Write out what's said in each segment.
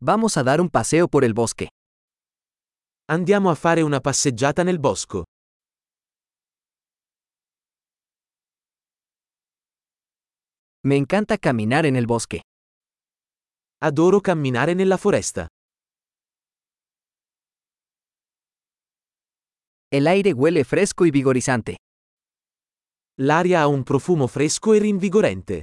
Vamos a dar un paseo por el bosque. Andiamo a fare una passeggiata nel bosco. Me encanta caminar en el bosque. Adoro camminare nella foresta. El aire huele fresco y vigorizante. L'aria ha un profumo fresco e rinvigorente.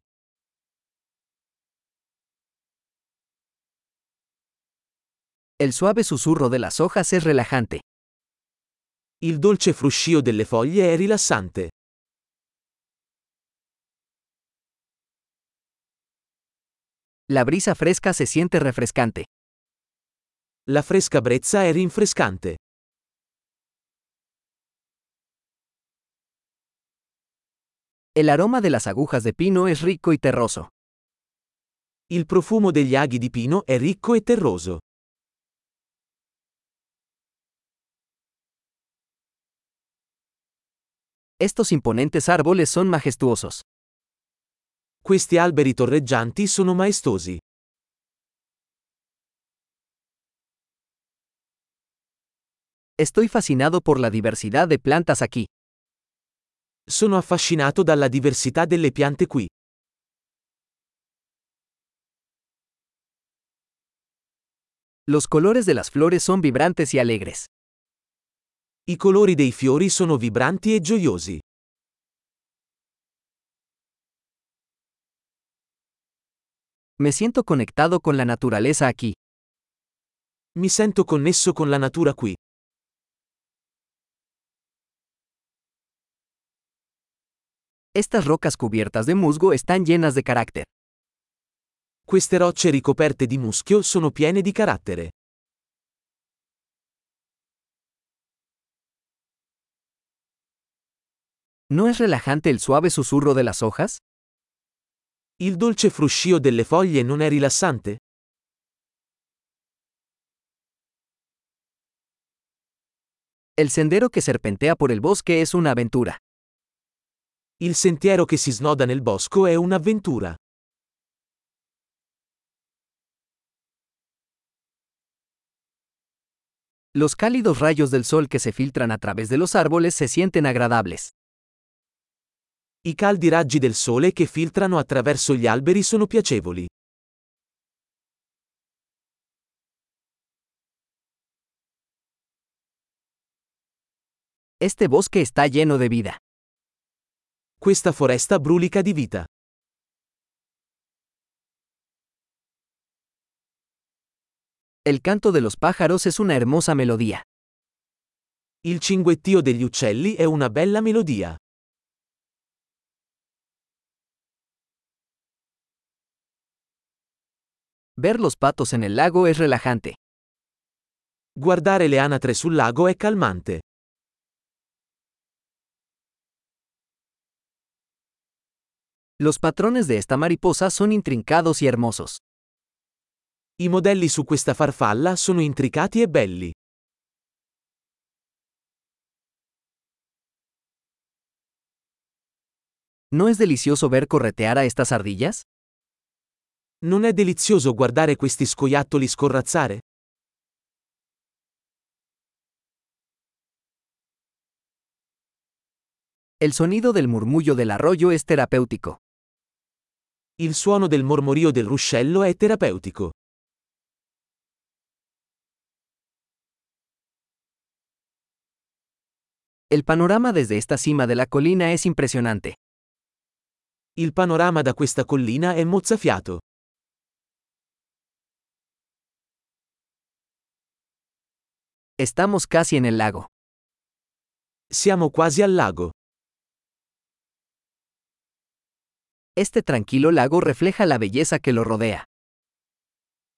El suave susurro de las hojas es relajante. Il dolce fruscio delle foglie è rilassante. La brisa fresca se siente refrescante. La fresca brezza è rinfrescante. El aroma de las agujas de pino es rico y terroso. Il profumo degli aghi di pino è ricco e terroso. Estos imponentes árboles son majestuosos. Questi alberi torreggianti sono maestosi. Estoy fascinado por la diversidad de plantas aquí. Sono affascinato dalla diversità delle piante qui. Los colores de las flores son vibrantes y alegres. I colori dei fiori sono vibranti e gioiosi. Me siento conectado con la naturaleza aquí. Mi sento connesso con la natura qui. Estas rocas cubiertas de musgo están llenas de carácter. Queste rocce ricoperte di muschio sono piene di carattere. ¿No es relajante el suave susurro de las hojas? Il dolce fruscio delle foglie non è rilassante? El sendero que serpentea por el bosque es una aventura. Il sentiero che si snoda nel bosco è un'avventura. Los cálidos rayos del sol que se filtran a través de los árboles se sienten agradables. I caldi raggi del sole che filtrano attraverso gli alberi sono piacevoli. Este bosque está lleno de vida. Questa foresta brulica di vita. El canto de los pájaros es una hermosa melodía. Il cinguettio degli uccelli è una bella melodia. Ver los patos en el lago es relajante. Guardare le anatre sul lago è calmante. Los patrones de esta mariposa son intrincados y hermosos. I modelli su questa farfalla sono intricati e belli. ¿No es delicioso ver corretear a estas ardillas? Non è delizioso guardare questi scoiattoli scorrazzare? El sonido del murmullo del arroyo es terapéutico. Il suono del mormorio del ruscello è terapeutico. El panorama desde esta cima de la colina es impresionante. Il panorama da questa collina è mozzafiato. Estamos casi en el lago. Siamo quasi al lago. Este tranquilo lago refleja la belleza que lo rodea.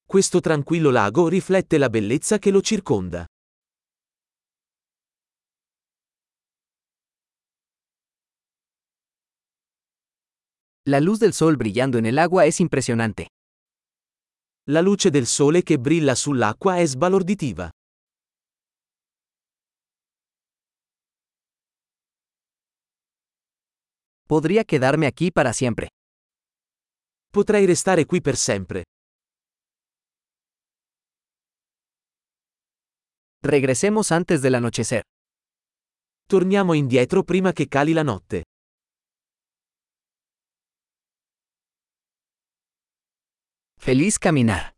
Questo tranquillo lago riflette la bellezza che lo circonda. La luz del sol brillando en el agua es impresionante. La luce del sole che brilla sull'acqua è sbalorditiva. Podría quedarme aquí para siempre. Potrei restare qui per sempre. Regresemos antes del anochecer. Torniamo indietro prima che cali la notte. Feliz caminar.